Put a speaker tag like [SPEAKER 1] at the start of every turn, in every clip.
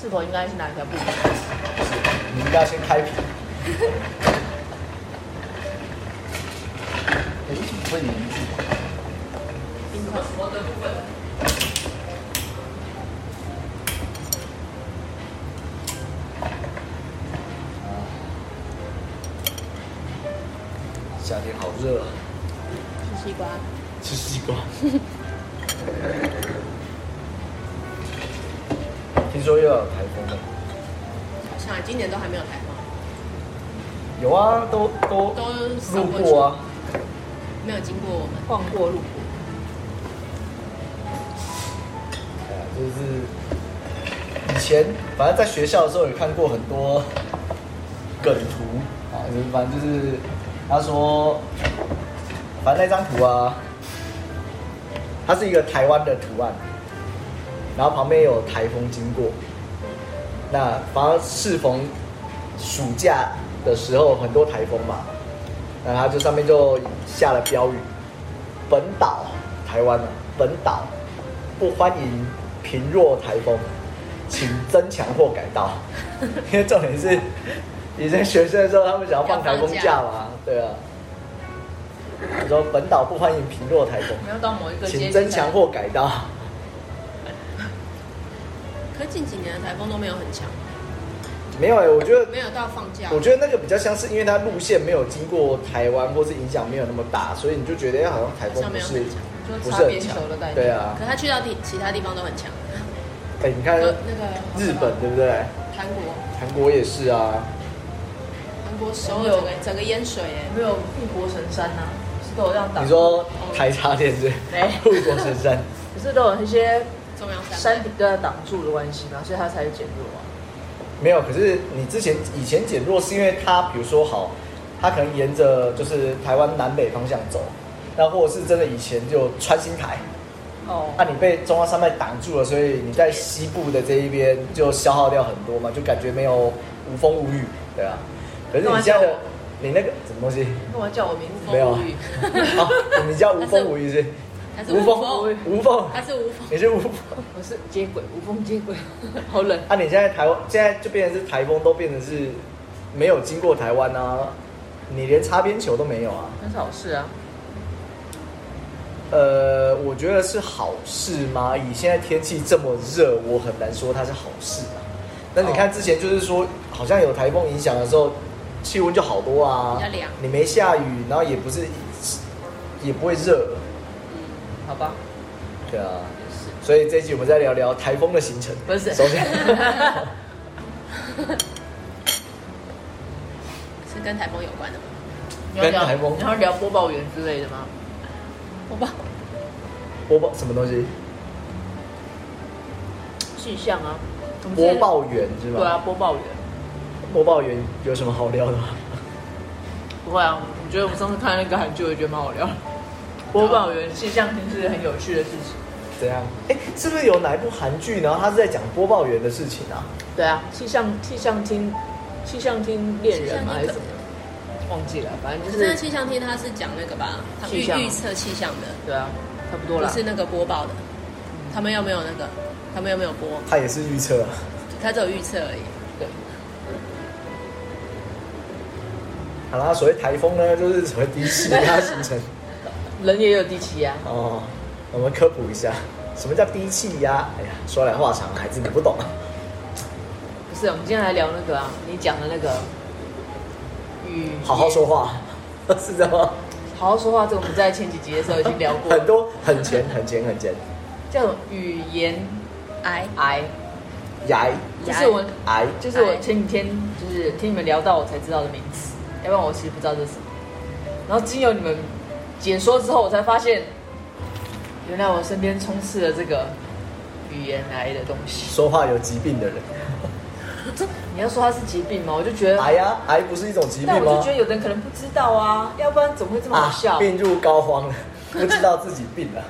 [SPEAKER 1] 是否应该是哪条部分？
[SPEAKER 2] 就是你应该先开瓶。哎，为什么会凝聚？
[SPEAKER 1] 冰块。
[SPEAKER 3] 什么的部分？
[SPEAKER 2] 啊，夏天好热啊！
[SPEAKER 1] 吃西瓜。
[SPEAKER 2] 吃西瓜。听说又要有台风了。
[SPEAKER 1] 好像今年都还没有台风，
[SPEAKER 2] 有啊，都都
[SPEAKER 1] 都扫
[SPEAKER 2] 路
[SPEAKER 1] 过
[SPEAKER 2] 过啊，
[SPEAKER 1] 没有经过我们晃过路过。
[SPEAKER 2] 哎呀就是以前反正在学校的时候也看过很多梗图啊，就是反正就是他说，反正那张图啊，它是一个台湾的图案，然后旁边有台风经过，那反而适逢暑假的时候很多台风嘛，那它就上面就下了标语，本岛台湾啊，本岛不欢迎贫弱台风，请增强或改道。因为重点是，以前学生的时候，他们想要放台风假嘛，对啊。我说本岛不欢迎贫弱台风，
[SPEAKER 1] 没有到某一个阶
[SPEAKER 2] 请
[SPEAKER 1] 级
[SPEAKER 2] 增强
[SPEAKER 1] 才
[SPEAKER 2] 或改道。
[SPEAKER 1] 可近几年的台风都没有很强，
[SPEAKER 2] 没有哎、我觉得，
[SPEAKER 1] 没有到放假。
[SPEAKER 2] 我觉得那个比较像是，因为它路线没有经过台湾，或是影响没有那么大，所以你就觉得哎好像台风
[SPEAKER 1] 好像
[SPEAKER 2] 不
[SPEAKER 1] 没有
[SPEAKER 2] 是
[SPEAKER 1] 很强
[SPEAKER 2] 不
[SPEAKER 4] 就是擦
[SPEAKER 2] 很
[SPEAKER 4] 边
[SPEAKER 2] 强
[SPEAKER 4] 球的概，念。
[SPEAKER 2] 对啊
[SPEAKER 1] 可。他去到地其他地方都很强，
[SPEAKER 2] 哎、你看
[SPEAKER 1] 呃那个
[SPEAKER 2] 日本对不对？
[SPEAKER 1] 韩国，
[SPEAKER 2] 韩国也是啊，
[SPEAKER 1] 韩国首尔整个整个淹水哎，
[SPEAKER 4] 没有护国神山呐、不是都有让挡。
[SPEAKER 2] 你说
[SPEAKER 1] 哦
[SPEAKER 2] 台茶店是
[SPEAKER 4] 没
[SPEAKER 2] 护国神山，
[SPEAKER 4] 不是都有一些
[SPEAKER 1] 中央山脉
[SPEAKER 4] 山顶都要挡住的关系嘛，所以它才会减弱啊。
[SPEAKER 2] 没有。可是你之前以前减弱是因为它，比如说好，它可能沿着就是台湾南北方向走，那或者是真的以前就穿新台，
[SPEAKER 4] 哦，
[SPEAKER 2] 那、啊你被中央山脉挡住了，所以你在西部的这一边就消耗掉很多嘛，就感觉没有无风无雨，对啊。可是你现在的你那个什么东 西？
[SPEAKER 4] 干嘛叫我名字？
[SPEAKER 2] 没有
[SPEAKER 1] 无语，
[SPEAKER 2] 啊，你叫无风无雨是？
[SPEAKER 1] 还是
[SPEAKER 2] 无
[SPEAKER 1] 无
[SPEAKER 2] 风
[SPEAKER 1] 风，
[SPEAKER 2] 无风，
[SPEAKER 1] 还是无风，
[SPEAKER 2] 你是无风。
[SPEAKER 4] 我是接轨，无缝接轨， 好冷。
[SPEAKER 2] 啊，你现在台湾现在就变成是台风，都变成是没有经过台湾啊，你连擦边球都没有啊。
[SPEAKER 4] 很少事啊，
[SPEAKER 2] 呃，我觉得是好事吗？以现在天气这么热，我很难说它是好事啊。那你看之前就是说，好像有台风影响的时候，气温就好多啊，
[SPEAKER 1] 比较凉
[SPEAKER 2] 你没下雨，然后也不是也不会热，
[SPEAKER 4] 好吧，
[SPEAKER 2] 对啊。所以这一集我们再聊聊台风的行程。
[SPEAKER 4] 不是
[SPEAKER 2] 首 先，
[SPEAKER 1] 是跟台风有关的吗？
[SPEAKER 4] 你要
[SPEAKER 2] 跟台
[SPEAKER 4] 聊
[SPEAKER 2] 风
[SPEAKER 4] 你要聊播报员之类的吗？
[SPEAKER 1] 我吧，
[SPEAKER 2] 播报什么东西？
[SPEAKER 4] 气象啊，我们之
[SPEAKER 2] 播
[SPEAKER 4] 前
[SPEAKER 2] 报员是吧？
[SPEAKER 4] 对啊，播报员
[SPEAKER 2] 播报员有什么好聊的吗？
[SPEAKER 4] 不会啊，我觉得我们上次看那个韩剧，我也觉得蛮好聊。播报员气象真是很有趣的事情。
[SPEAKER 2] 怎样？哎，是不是有哪一部韩剧，然后他是在讲播报员的事情啊？
[SPEAKER 4] 对啊，气象气象厅气象厅恋人吗还是什么？忘记了，反正
[SPEAKER 1] 可
[SPEAKER 4] 就是
[SPEAKER 1] 那
[SPEAKER 4] 是
[SPEAKER 1] 气象厅它是讲那个吧，它预
[SPEAKER 4] 气象
[SPEAKER 1] 预测气象的，
[SPEAKER 4] 对啊，差不多
[SPEAKER 1] 不
[SPEAKER 4] 啦。
[SPEAKER 1] 是那个播报的，他们又没有那个，他们又没有播，
[SPEAKER 2] 他也是预测啊。
[SPEAKER 1] 他只有预测而已。
[SPEAKER 4] 对，
[SPEAKER 2] 好啦，所谓台风呢，就是所谓低气压形成。
[SPEAKER 4] 人也有低气压，
[SPEAKER 2] 哦，我们科普一下，什么叫低气压？哎呀，说来话长，孩子你不懂啊。
[SPEAKER 4] 不是？我们今天来聊那个啊，你讲的那个语言
[SPEAKER 2] 好好说话， 是这样吗？
[SPEAKER 4] 好好说话，这个我们在前几集的时候已经聊 过了
[SPEAKER 2] 很多很前很前很前，
[SPEAKER 4] 叫什么语言
[SPEAKER 1] 哎，
[SPEAKER 4] 癌，
[SPEAKER 2] 癌
[SPEAKER 4] 就是我
[SPEAKER 2] 癌
[SPEAKER 4] 就是我前几天就是听你们聊到我才知道的名词，要不然我其实不知道这是什么。然后经由你们解说之后，我才发现，原来我身边充斥了这个语言癌的东西。
[SPEAKER 2] 说话有疾病的人，
[SPEAKER 4] 你要说它是疾病吗？我就觉得，
[SPEAKER 2] 癌啊，癌不是一种疾病
[SPEAKER 4] 但我就
[SPEAKER 2] 吗啊
[SPEAKER 4] 觉？得有的人可能不知道啊，要不然怎么会这么好笑？
[SPEAKER 2] 病入膏肓了，不知道自己病了。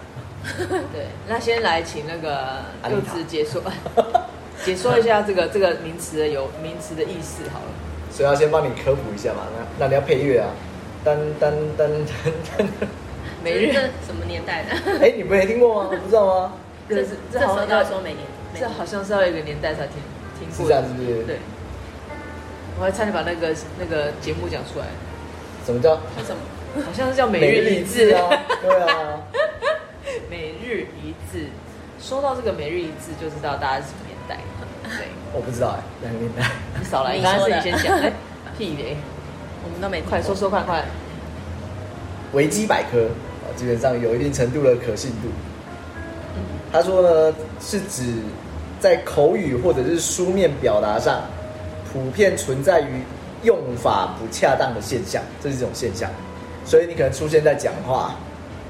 [SPEAKER 4] 对，那先来请那个
[SPEAKER 2] 安妮
[SPEAKER 4] 柚
[SPEAKER 2] 塔
[SPEAKER 4] 子解说， 解说一下这个这个名词的有名词的意思好了。
[SPEAKER 2] 所以要先帮你科普一下嘛，那那你要配乐啊，噔噔噔噔噔。
[SPEAKER 4] 每
[SPEAKER 1] 这
[SPEAKER 4] 日
[SPEAKER 1] 是什么年代的？
[SPEAKER 2] 哎、你们没听过吗？不知道吗？
[SPEAKER 4] 这
[SPEAKER 1] 这
[SPEAKER 4] 是
[SPEAKER 1] 这
[SPEAKER 4] 这好
[SPEAKER 1] 时候
[SPEAKER 4] 像
[SPEAKER 1] 都要
[SPEAKER 4] 要
[SPEAKER 1] 说每年，每
[SPEAKER 4] 这
[SPEAKER 1] 年
[SPEAKER 4] 好像是要一个年代才听。听
[SPEAKER 2] 是
[SPEAKER 4] 过
[SPEAKER 2] 这样
[SPEAKER 4] 的
[SPEAKER 2] 是不是？
[SPEAKER 4] 对，我还差点把那个那个节目讲出来，
[SPEAKER 2] 什么叫
[SPEAKER 1] 为什么？
[SPEAKER 4] 好像是叫每日一字
[SPEAKER 2] 啊？对啊，
[SPEAKER 4] 每日一字。说到这个每日一字，就知道大家是什么年 代了。对，
[SPEAKER 2] 我不知道哎、哪个年代？
[SPEAKER 4] 你少来，
[SPEAKER 1] 你
[SPEAKER 4] 你刚才
[SPEAKER 1] 说
[SPEAKER 4] 是
[SPEAKER 1] 的
[SPEAKER 4] 你先 讲，哎，屁嘞，
[SPEAKER 1] 我们都没听
[SPEAKER 4] 快说说看，快。
[SPEAKER 2] 维基百科啊，基本上有一定程度的可信度。他说呢，是指在口语或者是书面表达上，普遍存在于用法不恰当的现象，这是一种现象。所以你可能出现在讲话，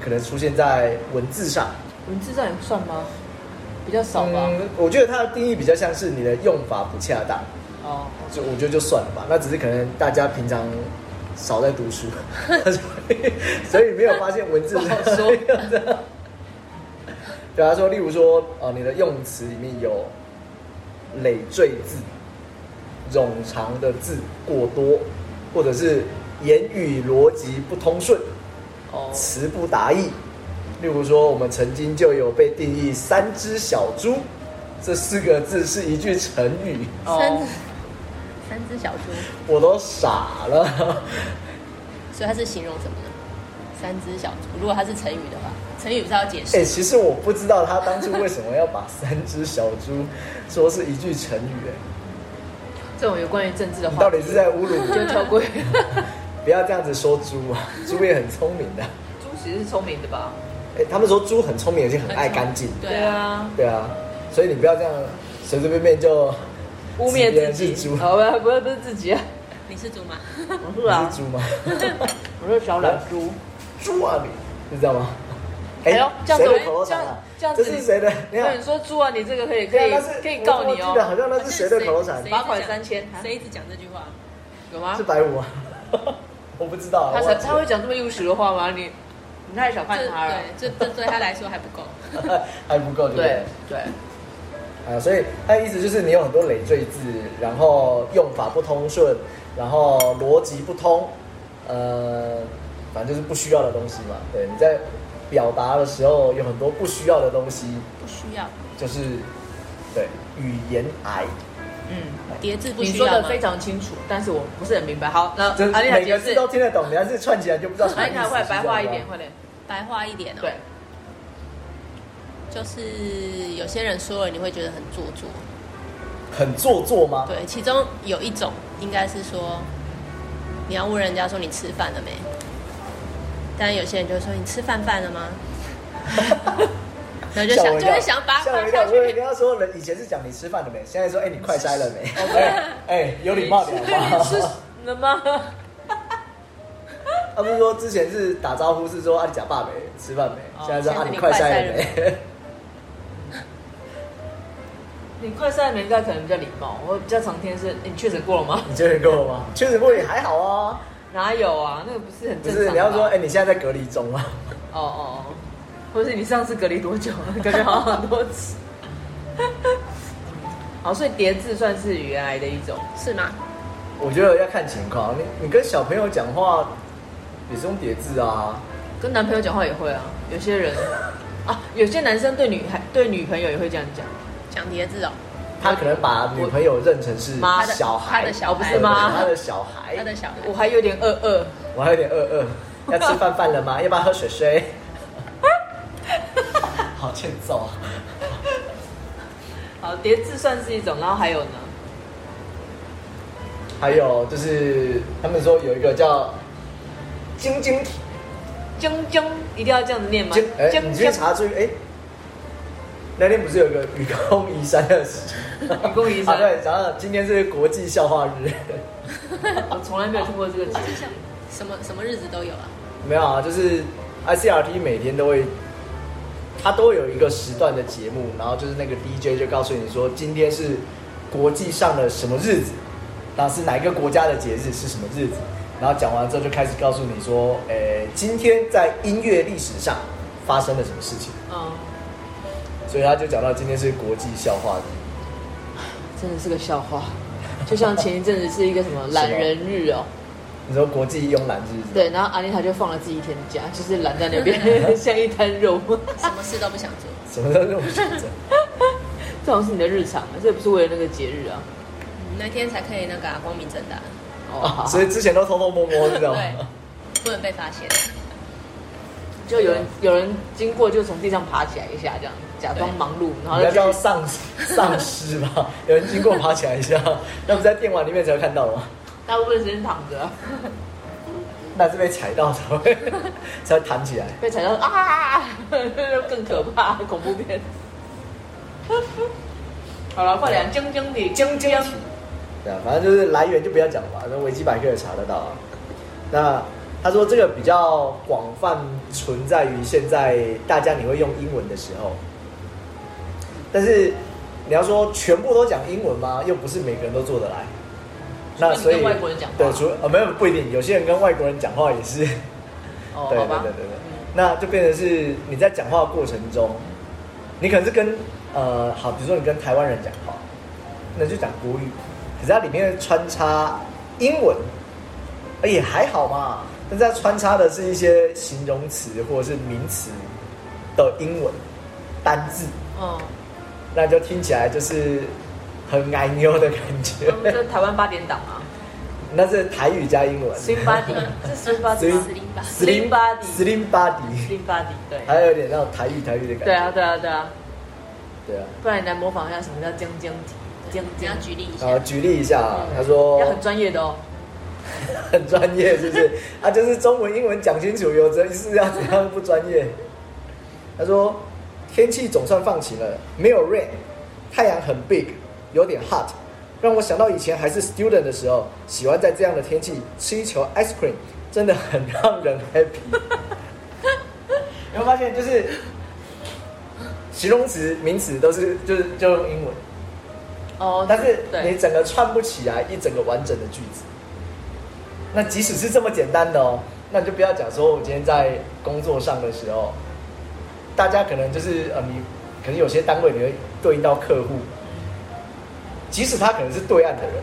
[SPEAKER 2] 可能出现在文字上。
[SPEAKER 4] 文字上也算吗？比较少吧。
[SPEAKER 2] 嗯，我觉得它的定义比较像是你的用法不恰当，
[SPEAKER 4] 哦，
[SPEAKER 2] 就我觉得就算了吧。那只是可能大家平常少在读 书， 所以没有发现文字
[SPEAKER 4] 不好说
[SPEAKER 2] 对他说，例如说，呃，你的用词里面有累赘字、冗长的字过多，或者是言语逻辑不通顺、
[SPEAKER 4] 哦，
[SPEAKER 2] 词不达意。例如说，我们曾经就有被定义“三只小猪”这四个字是一句成语，
[SPEAKER 1] 三只
[SPEAKER 4] 哦，
[SPEAKER 1] 三只小猪，
[SPEAKER 2] 我都傻了。
[SPEAKER 1] 所以它是形容什么呢？三只小猪，如果它是成语的话，成语不是要解
[SPEAKER 2] 哎、
[SPEAKER 1] 释？
[SPEAKER 2] 其实我不知道他当初为什么要把“三只小猪”说是一句成语、哎，
[SPEAKER 4] 这种有关于政治的
[SPEAKER 2] 你
[SPEAKER 4] 话，
[SPEAKER 2] 到底是在侮辱
[SPEAKER 4] 就跳过。
[SPEAKER 2] 不要这样子说猪 啊，猪也很聪明的。
[SPEAKER 4] 猪其实是聪明的吧？
[SPEAKER 2] 哎、他们说猪很聪明，而且很爱干净。
[SPEAKER 1] 对啊，
[SPEAKER 4] 啊，
[SPEAKER 2] 对啊，所以你不要这样随随便便就
[SPEAKER 4] 污蔑
[SPEAKER 2] 别人
[SPEAKER 4] 自己
[SPEAKER 2] 是猪。
[SPEAKER 4] 哦，不不是不是自己啊，
[SPEAKER 1] 你是猪吗？
[SPEAKER 4] 我
[SPEAKER 2] 你
[SPEAKER 4] 是啊
[SPEAKER 2] 是，猪吗？
[SPEAKER 4] 我是小懒猪。
[SPEAKER 2] 猪啊你，你知道吗？
[SPEAKER 4] 哎呦这样子
[SPEAKER 2] 谁的
[SPEAKER 4] 我
[SPEAKER 2] 口头禅啊？
[SPEAKER 4] 这样这
[SPEAKER 2] 这
[SPEAKER 4] 样子
[SPEAKER 2] 是谁的？你
[SPEAKER 4] 那
[SPEAKER 2] 看
[SPEAKER 4] 你，说猪啊，你这个可以可
[SPEAKER 2] 对
[SPEAKER 4] 以
[SPEAKER 2] 啊那是
[SPEAKER 4] 可以告你
[SPEAKER 2] 我怎么记得好
[SPEAKER 4] 哦，
[SPEAKER 2] 像那是谁的口头禅
[SPEAKER 1] 谁？
[SPEAKER 4] 罚款3000啊
[SPEAKER 1] 谁一直讲这句话？
[SPEAKER 4] 有吗
[SPEAKER 2] 是？白虎啊？ 我不知道啊。
[SPEAKER 4] 他
[SPEAKER 2] 我
[SPEAKER 4] 才他会讲这么幼稚的话吗？你你太小看
[SPEAKER 1] 这
[SPEAKER 4] 他了。
[SPEAKER 1] 对，这这对他来说还不 够。
[SPEAKER 2] 还不够，对不对
[SPEAKER 4] 对？对，
[SPEAKER 2] 啊，所以他的意思就是你有很多累赘字，然后用法不通顺，然后逻辑不通，呃，反正就是不需要的东西嘛。对，你在表达的时候有很多不需要的东西，
[SPEAKER 1] 不需要，
[SPEAKER 2] 就是对语言癌，
[SPEAKER 4] 嗯，
[SPEAKER 1] 叠字不
[SPEAKER 4] 你
[SPEAKER 1] 需
[SPEAKER 4] 说
[SPEAKER 1] 要
[SPEAKER 4] 的
[SPEAKER 1] 吗？
[SPEAKER 4] 非常清楚，但是我不是很明白。好，那
[SPEAKER 2] 就是
[SPEAKER 4] 阿丽塔
[SPEAKER 2] 每
[SPEAKER 4] 解
[SPEAKER 2] 个
[SPEAKER 4] 释
[SPEAKER 2] 字，都听得懂，你还是串起来就不知道什么
[SPEAKER 4] 阿
[SPEAKER 2] 意
[SPEAKER 4] 丽
[SPEAKER 2] 思。
[SPEAKER 4] 塔快白话一
[SPEAKER 2] 是这
[SPEAKER 4] 点，
[SPEAKER 2] 样吗
[SPEAKER 4] 快点。
[SPEAKER 1] 白话一点哦。
[SPEAKER 4] 对，，
[SPEAKER 1] 就是有些人说了你会觉得很做作，
[SPEAKER 2] 很做作吗？
[SPEAKER 1] 对，其中有一种应该是说，你要问人家说你吃饭了没，但有些人就会说你吃饭饭了 吗？然后就
[SPEAKER 2] 吓
[SPEAKER 1] 想
[SPEAKER 2] 我一
[SPEAKER 1] 就
[SPEAKER 2] 跳
[SPEAKER 1] 会想把它
[SPEAKER 2] 吓我
[SPEAKER 1] 放
[SPEAKER 2] 一跳。
[SPEAKER 1] 下
[SPEAKER 2] 我以为
[SPEAKER 1] 去
[SPEAKER 2] 你。要说人以前是讲你吃饭了没，现在说哎你快塞了没？
[SPEAKER 1] 哦
[SPEAKER 2] 哎 哎有礼貌点好不
[SPEAKER 4] 你
[SPEAKER 2] 好
[SPEAKER 4] 是？了吗？
[SPEAKER 2] 他不是说之前是打招呼是说啊你假爸没吃饭没，
[SPEAKER 4] 哦
[SPEAKER 2] 现在说
[SPEAKER 1] 现在
[SPEAKER 2] 啊
[SPEAKER 1] 是
[SPEAKER 2] 你
[SPEAKER 1] 你
[SPEAKER 2] 快
[SPEAKER 1] 快
[SPEAKER 2] 塞
[SPEAKER 1] 塞
[SPEAKER 2] 了
[SPEAKER 1] 了
[SPEAKER 2] 没？
[SPEAKER 4] 你快三年代可能比较礼貌，我比较常听是，欸你确诊过了吗？
[SPEAKER 2] 你确诊过了吗？确诊过也还好啊，
[SPEAKER 4] 哪有啊？那个不是很
[SPEAKER 2] 不
[SPEAKER 4] 正
[SPEAKER 2] 是
[SPEAKER 4] 常。
[SPEAKER 2] 你要说哎、，你现在在隔离中啊，
[SPEAKER 4] 哦哦哦，或是你上次隔离多久？啊感觉好像很多次。 好，所以叠字算是语言癌的一种。
[SPEAKER 1] 是吗？
[SPEAKER 2] 我觉得要看情况，你你跟小朋友讲话也是用叠字啊，
[SPEAKER 4] 跟男朋友讲话也会啊，有些人啊，有些男生对女孩对女朋友也会这样讲，
[SPEAKER 1] 讲叠字哦，
[SPEAKER 2] 他可能把女朋友认成是
[SPEAKER 4] 妈的
[SPEAKER 2] 小孩，
[SPEAKER 1] 他的小
[SPEAKER 4] 哦不
[SPEAKER 1] 孩，
[SPEAKER 4] 是吗
[SPEAKER 2] 他的小孩
[SPEAKER 1] 他，的小孩
[SPEAKER 4] 我，还有点饿饿，
[SPEAKER 2] 我还有点饿饿， 要吃饭饭了吗？要不要喝水水？ 好欠揍啊！
[SPEAKER 4] 好，叠字算是一种，然后还有呢，
[SPEAKER 2] 还有就是他们说有一个叫晶晶体。
[SPEAKER 4] 铮铮一定要这样子念吗？
[SPEAKER 2] 今哎、
[SPEAKER 4] 铮
[SPEAKER 2] 你去
[SPEAKER 4] 铮
[SPEAKER 2] 查出哎、那天不是有个愚公移山的事？
[SPEAKER 4] 愚公移山
[SPEAKER 2] 啊，对，然后今天是国际笑话日，
[SPEAKER 4] 我从来没有听过这个节目。
[SPEAKER 1] 什么什么日子都有啊。
[SPEAKER 2] 没有啊，就是 ICRT 每天都会，它都有一个时段的节目，然后就是那个 DJ 就告诉你说今天是国际上的什么日子，那是哪一个国家的节日是什么日子，然后讲完之后就开始告诉你说，哎、今天在音乐历史上发生了什么事情，
[SPEAKER 4] 嗯，
[SPEAKER 2] 所以他就讲到今天是国际笑话日。
[SPEAKER 4] 真的是个笑话。就像前一阵子是一个什么懒人日哦，
[SPEAKER 2] 你说国际慵懒日子，
[SPEAKER 4] 对，然后阿丽塔就放了自己一天的假，就是懒 在那边，像一滩肉，
[SPEAKER 1] 什么事都不想做，
[SPEAKER 2] 什么都是我选择。
[SPEAKER 4] 这好像是你的日常，这也不是为了那个节日啊。
[SPEAKER 1] 那天才可以那个、啊、光明正大，
[SPEAKER 4] 哦，
[SPEAKER 2] 啊
[SPEAKER 4] 好，
[SPEAKER 2] 所以之前都偷偷摸摸，知道吗？
[SPEAKER 1] 对，不能被发现。
[SPEAKER 4] 就有人有人经过，就从地上爬起来一下，这样假装忙碌，然后
[SPEAKER 2] 你要
[SPEAKER 4] 就
[SPEAKER 2] 叫丧丧尸 吧，有人经过爬起来一下， 那不是在电玩里面才会看到吗？
[SPEAKER 4] 大部分时间躺着啊，
[SPEAKER 2] 那是被踩到才 会才会弹起来。
[SPEAKER 4] 被踩到啊， 更可怕，恐怖片。 好了，快点，铮铮体，铮铮。
[SPEAKER 2] 对啊，反正就是来源就不要讲了吧，那维基百科也查得到啊。那他说这个比较广泛存在于现在大家你会用英文的时候，但是你要说全部都讲英文吗？又不是每个人都做得来。那
[SPEAKER 4] 除
[SPEAKER 2] 所
[SPEAKER 4] 非
[SPEAKER 2] 以
[SPEAKER 4] 你跟外国人讲话
[SPEAKER 2] 对，除呃没有不一定，有些人跟外国人讲话也是，
[SPEAKER 4] 哦，
[SPEAKER 2] 对对
[SPEAKER 4] 好
[SPEAKER 2] 对
[SPEAKER 4] 吧
[SPEAKER 2] 对，对，那就变成是你在讲话的过程中，你可能是跟呃好，比如说你跟台湾人讲话，那就讲国语，可是它里面穿插英文，哎也还好嘛，但是它穿插的是一些形容词或者是名词的英文单字，
[SPEAKER 4] 嗯，
[SPEAKER 2] 那就听起来就是很矮妞的感觉，
[SPEAKER 4] 嗯 这台湾八点档啊，
[SPEAKER 2] 那是台语加英文
[SPEAKER 4] 新巴迪，这是新巴迪吗，
[SPEAKER 1] 死灵吧，
[SPEAKER 4] Slim body
[SPEAKER 2] ，slim body，
[SPEAKER 4] 新巴迪，对，
[SPEAKER 2] 还有点那种台语台语的感觉，
[SPEAKER 4] 对啊，对啊，对啊，
[SPEAKER 2] 对啊。
[SPEAKER 4] 不然你来模仿一下什么叫铮铮体，铮
[SPEAKER 1] 你要
[SPEAKER 4] 铮
[SPEAKER 1] 举例一下。
[SPEAKER 2] 啊，举例一下啊，他说
[SPEAKER 4] 要很专业的哦，
[SPEAKER 2] 很专业，是不 是？啊，就是中文、英文讲清楚，有真是要怎样不专业？他说天气总算放晴了，没有 rain，太阳很 big，有点 hot，让我想到以前还是 student 的时候，喜欢在这样的天气吃一球 ice cream，真的很让人 happy。有没有发现，就是形容词、名词都是就是就用英文，
[SPEAKER 4] 哦，
[SPEAKER 2] 但是你
[SPEAKER 4] 对，
[SPEAKER 2] 整个串不起来一整个完整的句子。那即使是这么简单的哦，那你就不要讲说我今天在工作上的时候，大家可能就是呃，你可能有些单位你会对应到客户，即使他可能是对岸的人，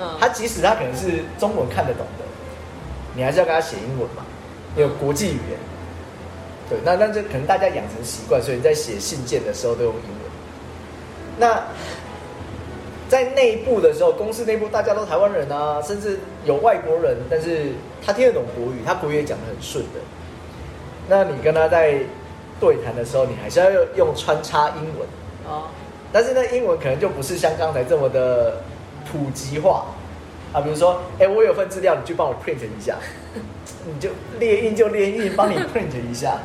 [SPEAKER 4] 嗯，
[SPEAKER 2] 他即使他可能是中文看得懂的，你还是要跟他写英文嘛，有国际语言。对，那那这可能大家养成习惯，所以你在写信件的时候都用英文。那在内部的时候，公司内部大家都台湾人啊，甚至有外国人，但是他听得懂国语，他国语也讲得很顺的。那你跟他在对谈的时候，你还是要用穿插英文。
[SPEAKER 4] 哦，
[SPEAKER 2] 但是那英文可能就不是像刚才这么的普及化啊，比如说，哎、我有份资料，你去帮我 print 一下， 你就列印就列印，帮你 print 一下。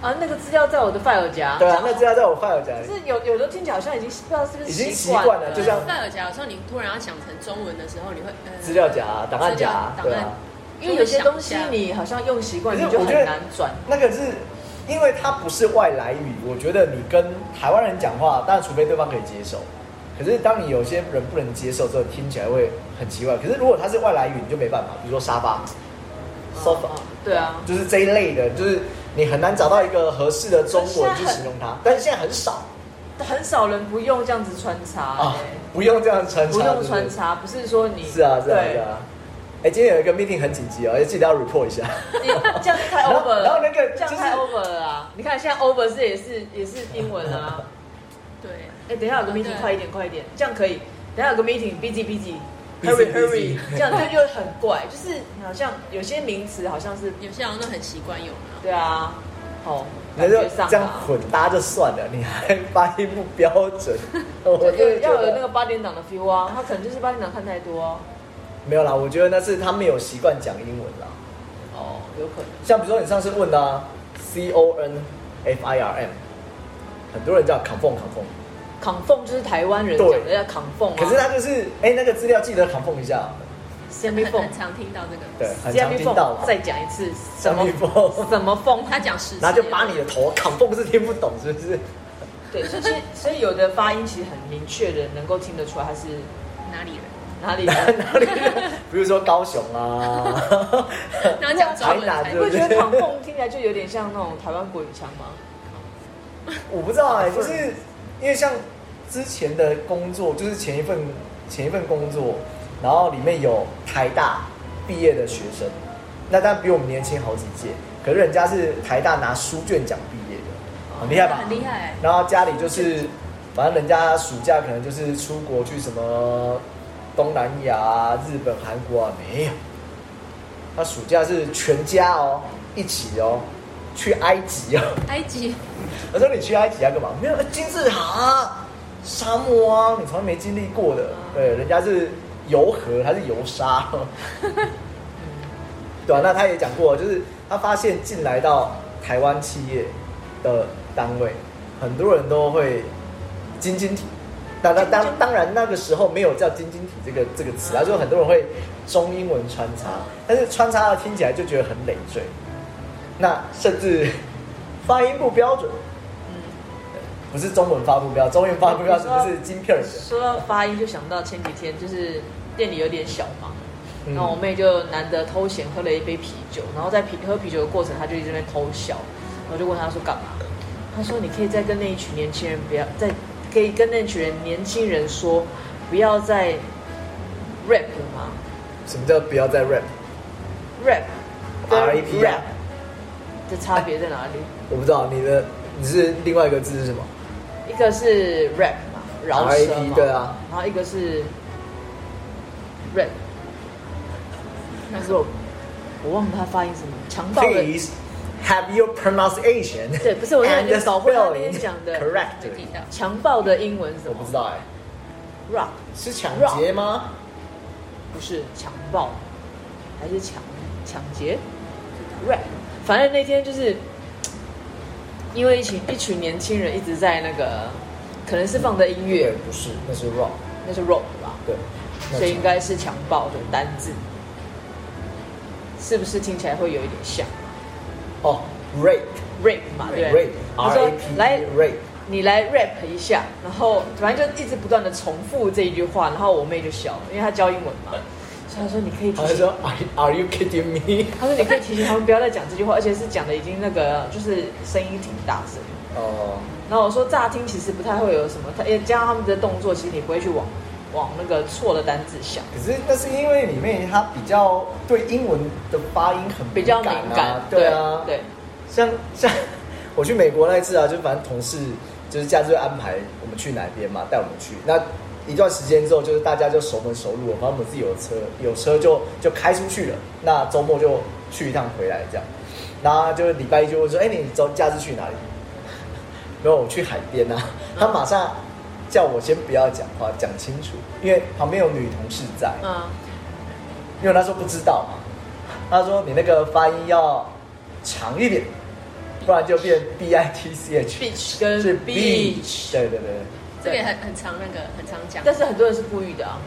[SPEAKER 4] 啊，那个资料在我的 file 夹，
[SPEAKER 2] 对啊，那资料在我 file 夹
[SPEAKER 4] 可
[SPEAKER 2] 里，
[SPEAKER 4] 是有有的听起来好像已经不知道是不是
[SPEAKER 2] 已经
[SPEAKER 4] 惯
[SPEAKER 2] 习惯了就像
[SPEAKER 1] 塞呃尔夹有时候你突然要想成中文的时候，你会呃
[SPEAKER 2] 资料夹啊、档案夹啊，
[SPEAKER 1] 资料
[SPEAKER 2] 对
[SPEAKER 1] 档
[SPEAKER 2] 啊
[SPEAKER 1] 案。
[SPEAKER 4] 因为有些东西你好像用习惯，
[SPEAKER 2] 可是
[SPEAKER 4] 你就
[SPEAKER 2] 我
[SPEAKER 4] 很
[SPEAKER 2] 觉得
[SPEAKER 4] 难转。
[SPEAKER 2] 那个是因为它不是外来语，我觉得你跟台湾人讲话，当然除非对方可以接受。可是当你有些人不能接受之后，听起来会很奇怪。可是如果它是外来语，你就没办法，比如说沙发、sofa，、
[SPEAKER 4] 哦对啊，
[SPEAKER 2] 就是这一类的，就是你很难找到一个合适的中文去
[SPEAKER 4] 可是现在很
[SPEAKER 2] 形容它，但是现在很少
[SPEAKER 4] 很少人不用这样子穿插、
[SPEAKER 2] 啊
[SPEAKER 4] 欸，
[SPEAKER 2] 不用这样穿插，
[SPEAKER 4] 不用
[SPEAKER 2] 对
[SPEAKER 4] 穿插，不是说你
[SPEAKER 2] 对，是啊，是啊，
[SPEAKER 4] 对
[SPEAKER 2] 是啊。哎，今天有一个 meeting 很紧急哦，要记得要 report 一下。
[SPEAKER 4] 你这样太
[SPEAKER 2] 然后
[SPEAKER 4] over 了，
[SPEAKER 2] 然后那个
[SPEAKER 4] 这样太
[SPEAKER 2] 就是
[SPEAKER 4] over 了啊！你看现在 over 是也是也是英文啊。
[SPEAKER 1] 对，
[SPEAKER 4] 哎、等一下有个 meeting，、
[SPEAKER 1] 对
[SPEAKER 4] 快一点，快一点，这样可以。等一下有个 meeting，busy busy，hurry
[SPEAKER 2] busy
[SPEAKER 4] hurry，
[SPEAKER 2] busy
[SPEAKER 4] 这样它就很怪，就是好像有些名词好像是
[SPEAKER 1] 有些好像都很习惯用啊。
[SPEAKER 4] 对啊，哦，
[SPEAKER 2] 那
[SPEAKER 4] 感
[SPEAKER 2] 就
[SPEAKER 4] 觉上
[SPEAKER 2] 这样
[SPEAKER 4] 啊
[SPEAKER 2] 混搭就算了，你还发音不标准， 我真
[SPEAKER 4] 有
[SPEAKER 2] 的觉
[SPEAKER 4] 要有
[SPEAKER 2] 得
[SPEAKER 4] 那个八点档的 feel 啊，他可能就是八点档看太多啊、
[SPEAKER 2] 没有啦。我觉得那是他没有习惯讲英文啦。
[SPEAKER 4] 哦，有可能。
[SPEAKER 2] 像比如说你上次问的、啊、C O N F I R M，很多人叫 confirm confirm，
[SPEAKER 4] 扛缝就是台湾人
[SPEAKER 2] 对
[SPEAKER 4] 讲的要扛缝啊，
[SPEAKER 2] 可是他就是哎、那个资料记得 confirm 一下，
[SPEAKER 4] semi
[SPEAKER 1] 很
[SPEAKER 4] 缝
[SPEAKER 1] 很常听到这个，
[SPEAKER 2] 对，很常听到啊嘛。
[SPEAKER 4] 再讲一次什么
[SPEAKER 2] semi fold
[SPEAKER 4] 什么缝，
[SPEAKER 1] 他讲十次，
[SPEAKER 2] 然后就把你的头扛缝是听不懂，是不是？
[SPEAKER 4] 对，所以其实所以有的发音其实很明确的，能够听得出来它是
[SPEAKER 1] 哪里人，
[SPEAKER 4] 哪里
[SPEAKER 2] 哪
[SPEAKER 4] 人。
[SPEAKER 2] 里？比如说高雄啊，
[SPEAKER 1] 然后讲中文
[SPEAKER 2] 台南
[SPEAKER 1] 才
[SPEAKER 2] 对
[SPEAKER 4] 会
[SPEAKER 2] 不
[SPEAKER 4] 觉
[SPEAKER 2] 对
[SPEAKER 4] 得扛 缝听起来就有点像那种台湾国语腔吗？
[SPEAKER 2] 我不知道哎、就是因为像之前的工作，就是前一份前一份工作，然后里面有台大毕业的学生，那当然比我们年轻好几届，可是人
[SPEAKER 4] 嗯
[SPEAKER 2] 家是台大拿书卷奖毕业的，很厉害吧？
[SPEAKER 1] 很厉害欸。
[SPEAKER 2] 然后家里就是反正人家暑假可能就是出国去什么东南亚啊、日本、韩国啊，没有。他暑假是全家哦，一起哦，去埃及哦。
[SPEAKER 1] 哎埃及
[SPEAKER 2] 我说你去埃及要干嘛？没有金字塔、啊、沙漠啊，你从来没经历过的。对，人家是游河，他是游沙。对啊，那他也讲过，就是他发现进来到台湾企业的单位，很多人都会晶晶体。当当当当然，那个时候没有叫“晶晶体”这个这个
[SPEAKER 4] 嗯
[SPEAKER 2] 词啊，就是很多人会中英文穿插，但是穿插的听起来就觉得很累赘。那甚
[SPEAKER 4] 嗯
[SPEAKER 2] 至发音不标准，不是中文发不标，中文发不标准就是晶片的。
[SPEAKER 4] 说到发音，就想到前几天就是店里有点小嘛，
[SPEAKER 2] 嗯
[SPEAKER 4] 哦然后我妹就难得偷闲喝了一杯啤酒，然后在啤喝啤酒的过程，她就一直在那边偷笑，我就问她说干嘛？她说你可以再跟那一群年轻人不要再可以跟那群人年轻人说不要再 rap 吗
[SPEAKER 2] 什么叫不要再
[SPEAKER 4] ？rap
[SPEAKER 2] rap？R E P
[SPEAKER 4] rap
[SPEAKER 2] rap，
[SPEAKER 4] 的差别在哪里？
[SPEAKER 2] 我不知道你的你是另外一个字是什么？
[SPEAKER 4] 一个是 rap 嘛，饶舌
[SPEAKER 2] RAP
[SPEAKER 4] 嘛，
[SPEAKER 2] 对啊，
[SPEAKER 4] 然后一个是 rap，但是我我忘了它发音什么，强盗的
[SPEAKER 2] Please have your pronunciation
[SPEAKER 4] 对不是我那
[SPEAKER 2] and
[SPEAKER 4] 天
[SPEAKER 2] the
[SPEAKER 4] 搞混了那天
[SPEAKER 2] spelling
[SPEAKER 4] 讲的
[SPEAKER 2] correct
[SPEAKER 1] 没。听到，
[SPEAKER 4] 强暴的英文是什
[SPEAKER 2] 我
[SPEAKER 4] 么？
[SPEAKER 2] 不知道哎、
[SPEAKER 4] Rock
[SPEAKER 2] 是抢劫吗？
[SPEAKER 4] 不是强暴，还是抢抢劫？Rap，反正那天就是因为一群一群年轻人一直在那个，可能是放的音乐，
[SPEAKER 2] 不是，那是 rock。
[SPEAKER 4] 那是 rock 吧，
[SPEAKER 2] 对，那
[SPEAKER 4] 所以应该是强暴的单字，是不是听起来会有一点像
[SPEAKER 2] 哦，rape。
[SPEAKER 4] rape 嘛？对不对
[SPEAKER 2] rape
[SPEAKER 4] 他
[SPEAKER 2] R
[SPEAKER 4] 说
[SPEAKER 2] A P
[SPEAKER 4] 来
[SPEAKER 2] rape，
[SPEAKER 4] 你来 rap 一下，然后反正就一直不断的重复这一句话，然后我妹就笑了，因为她教英文嘛，所以她说你可以提
[SPEAKER 2] 他就
[SPEAKER 4] 醒
[SPEAKER 2] 说 Are Are you kidding me？
[SPEAKER 4] 他说你可以提醒他们不要再讲这句话，而且是讲的已经那个就是声音挺大声。
[SPEAKER 2] 哦，
[SPEAKER 4] 然后我说乍听其实不太会有什么，他也加上他们的动作，其实你不会去往往那个错的单字想。
[SPEAKER 2] 可是那是因为里面他比较对英文的发音很
[SPEAKER 4] 比较敏
[SPEAKER 2] 啊
[SPEAKER 4] 感，
[SPEAKER 2] 对啊，
[SPEAKER 4] 对，
[SPEAKER 2] 像 像我去美国那一次啊，就反正同事就是假日会安排我们去哪边嘛，带我们去。那一段时间之后，就是大家就熟门熟路了，反正我们自己有车，有车就就开出去了。那周末就去一趟回来这样。然后就是礼拜一就会说：“哎、你周假日去哪里？” 没有，我去海边啊。他马上叫我先不要讲话，讲清楚，因为旁边有女同事在。
[SPEAKER 4] 嗯，
[SPEAKER 2] 因为他说不知道嘛，他说你那个发音要长一点，不然就变 b i t c h
[SPEAKER 4] Beach 跟
[SPEAKER 2] 是
[SPEAKER 4] beach
[SPEAKER 2] 对对对，
[SPEAKER 1] 这个也很很常那个很常讲，
[SPEAKER 4] 但是很多人是故意的啊，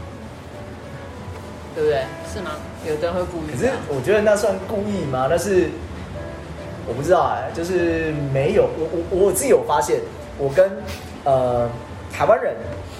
[SPEAKER 4] 对不对？
[SPEAKER 1] 是吗？
[SPEAKER 4] 有的人会故
[SPEAKER 2] 可
[SPEAKER 4] 意
[SPEAKER 2] 是
[SPEAKER 4] 的啊、
[SPEAKER 2] 我觉得那算故意吗？但是我不知道哎、就是没有我我我自己有发现，我跟呃台湾人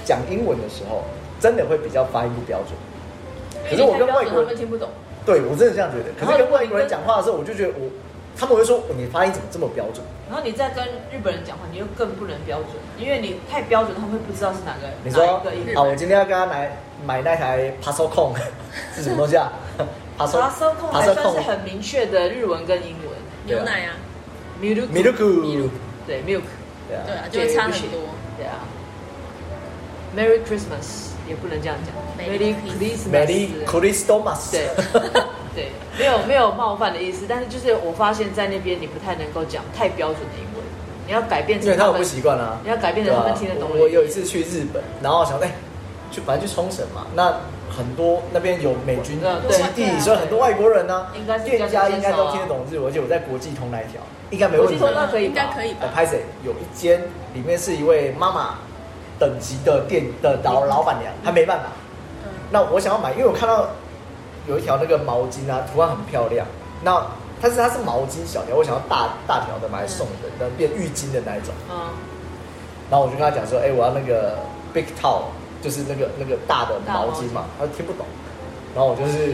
[SPEAKER 2] 讲英文的时候，真的会比较发音不标准。可是我跟外
[SPEAKER 4] 因为
[SPEAKER 2] 国
[SPEAKER 4] 太标准他
[SPEAKER 2] 人
[SPEAKER 4] 们听不懂，
[SPEAKER 2] 对我真的这样觉得。可
[SPEAKER 4] 然后
[SPEAKER 2] 是
[SPEAKER 4] 如
[SPEAKER 2] 跟
[SPEAKER 4] 果
[SPEAKER 2] 外
[SPEAKER 4] 你
[SPEAKER 2] 国人
[SPEAKER 4] 跟
[SPEAKER 2] 讲话的时候，我就觉得我他们会说哦你发音怎么这么标准？
[SPEAKER 4] 然后你再跟日本人讲话，你就更不能标准，因为你太标准，他们会不知道是哪个
[SPEAKER 2] 你说
[SPEAKER 4] 哪一个音。
[SPEAKER 2] 啊，我今天要跟他买买那台 p a s o c o n 是什么东西啊 p a s o
[SPEAKER 4] 查声控还
[SPEAKER 2] Pasocon
[SPEAKER 4] 算是很明确的日文跟英文
[SPEAKER 2] 对啊
[SPEAKER 1] 牛奶啊，
[SPEAKER 4] ，milk
[SPEAKER 2] Milk，
[SPEAKER 4] 对 milk，
[SPEAKER 2] 对啊
[SPEAKER 1] 对啊，就会差很
[SPEAKER 4] 这个也
[SPEAKER 1] 多。
[SPEAKER 4] 对啊。Merry Christmas 也不能这样讲
[SPEAKER 1] Merry
[SPEAKER 4] Christmas，
[SPEAKER 2] ，Merry Christmas，
[SPEAKER 4] 对 对，没有没有冒犯的意思，但是就是我发现在那边你不太能够讲太标准的英文，你要改变
[SPEAKER 2] 因为
[SPEAKER 4] 成
[SPEAKER 2] 他
[SPEAKER 4] 他
[SPEAKER 2] 们
[SPEAKER 4] 们
[SPEAKER 2] 不习惯 啊，
[SPEAKER 4] 你要改变成
[SPEAKER 2] 对啊
[SPEAKER 4] 他们听得懂的语言
[SPEAKER 2] 我我有一次去日本，然后想哎，去反正去冲绳嘛，那很多那边有美军
[SPEAKER 4] 对
[SPEAKER 2] 基
[SPEAKER 1] 对
[SPEAKER 2] 地，
[SPEAKER 1] 啊
[SPEAKER 2] 所以很多外国人呢
[SPEAKER 4] 应该，是比较
[SPEAKER 2] 店家应该
[SPEAKER 4] 接受
[SPEAKER 2] 都
[SPEAKER 4] 啊
[SPEAKER 2] 听得懂日文，而且我在国际通那一条，应该没问
[SPEAKER 4] 国
[SPEAKER 2] 题
[SPEAKER 4] 际通
[SPEAKER 2] 吧。
[SPEAKER 4] 那可以吧
[SPEAKER 1] 应该可以
[SPEAKER 2] 呃，
[SPEAKER 1] 吧？
[SPEAKER 2] 拍谁？有一间里面是一位妈妈等级的店的老老板娘，她没办法。
[SPEAKER 1] 嗯
[SPEAKER 2] 那我想要买，因为我看到有一条那个毛巾啊，图案很漂亮。那但是它是毛巾小条，我想要大大条的买来送人，那变浴巾的那一种。
[SPEAKER 4] 嗯
[SPEAKER 2] 然后我就跟他讲说，哎、我要那个 big towel，就是那个那个大的毛巾嘛，他听不懂。然后我就是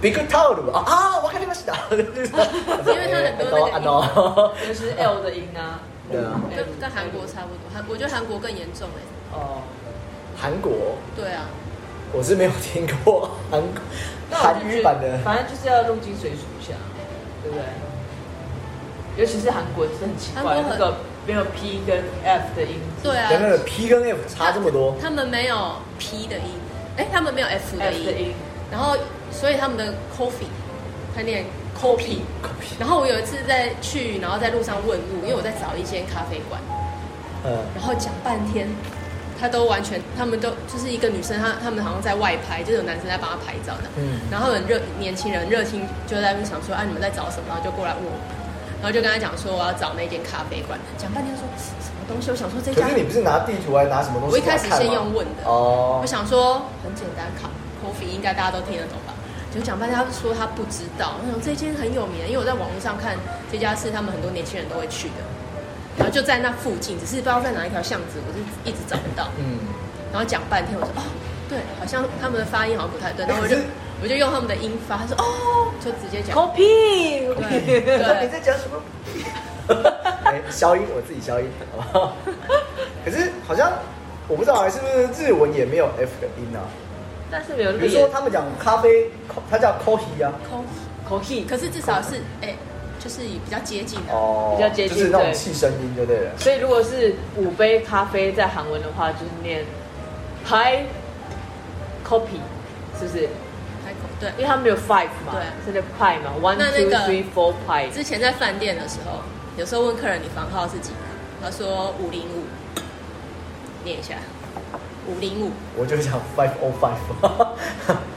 [SPEAKER 2] big towel 啊啊，我看你们是 哪？就是
[SPEAKER 1] 因为它很多那 个
[SPEAKER 2] 按到按到
[SPEAKER 4] 就是 L 的音啊，
[SPEAKER 2] 对啊，
[SPEAKER 1] 跟跟韩国差不多，韩我觉得韩国更严重哎。
[SPEAKER 4] 哦，
[SPEAKER 2] 韩国。
[SPEAKER 1] 对啊，
[SPEAKER 2] 我是没有听过 韩
[SPEAKER 4] 那我就
[SPEAKER 2] 韩
[SPEAKER 4] 觉
[SPEAKER 2] 语
[SPEAKER 4] 得
[SPEAKER 2] 版的，
[SPEAKER 4] 反正就是要入境水俗一下，对不对？尤其是韩国是很奇怪，
[SPEAKER 1] 韩国
[SPEAKER 4] 那
[SPEAKER 1] 很
[SPEAKER 4] 个没有 P 跟 F 的音，
[SPEAKER 1] 对啊，
[SPEAKER 2] 等等，P 跟 F 差这么多，
[SPEAKER 1] 他们没有 P 的音，哎，他们没有 F 的
[SPEAKER 4] F 的
[SPEAKER 1] 音，
[SPEAKER 4] 音，
[SPEAKER 1] 然后所以他们的 coffee，他念 coffee。然后我有一次在去，然后在路上问路，因为我在找一间咖啡馆，
[SPEAKER 2] 嗯，
[SPEAKER 1] 然后讲半天，他都完全，他们都就是一个女生，她他们好像在外拍，就是有男生在帮她拍照的，
[SPEAKER 2] 嗯
[SPEAKER 1] 然后很热年轻人热心就在那边想说啊你们在找什么，然后就过来问我，然后就跟他讲说我要找那间咖啡馆，讲半天说什么东西，我想说这
[SPEAKER 2] 可
[SPEAKER 1] 家
[SPEAKER 2] 是，你不是拿地图还是拿什么东西？
[SPEAKER 1] 我一开始先用问的，
[SPEAKER 2] 哦
[SPEAKER 1] 我，想说很简单，卡 coffee 应该大家都听得懂吧。就讲半天，他说他不知道，我想这间很有名，因为我在网络上看这家是他们很多年轻人都会去的，然后就在那附近，只是不知道在哪一条巷子，我是一直找不到。
[SPEAKER 2] 嗯，
[SPEAKER 1] 然后讲半天，我说哦，对，好像他们的发音好像不太对，然后我就
[SPEAKER 2] 可是
[SPEAKER 1] 我就用他们的音发，他说哦，就直接讲。
[SPEAKER 4] copy，
[SPEAKER 1] 对对
[SPEAKER 2] 那你在讲什么？ 哎，消音，我自己消音，好不好？ 可是好像我不知道，啊是不是日文也没有 F 的音啊？
[SPEAKER 4] 但是没有那
[SPEAKER 2] 比
[SPEAKER 4] 个
[SPEAKER 2] 如说
[SPEAKER 4] 眼
[SPEAKER 2] 他们讲咖啡，它叫 coffee 啊，
[SPEAKER 4] copy，
[SPEAKER 1] 可是至少是哎、就是比较接近的。
[SPEAKER 2] 哦，
[SPEAKER 4] 比较接近
[SPEAKER 2] 就是那种
[SPEAKER 4] 对
[SPEAKER 2] 气声音就对了。
[SPEAKER 4] 所以如果是五杯咖啡在韩文的话，就是念 high copy，是不是？
[SPEAKER 1] 开口对
[SPEAKER 4] 因，为他们有 five 嘛，
[SPEAKER 1] 对
[SPEAKER 4] 是那 pie 嘛，one
[SPEAKER 1] 那那
[SPEAKER 4] two
[SPEAKER 1] 个
[SPEAKER 4] three four pie，
[SPEAKER 1] 之前在饭店的时候，有时候问客人你房号是几，他说五零五，念一下，五零五，
[SPEAKER 2] 我就讲 five o five，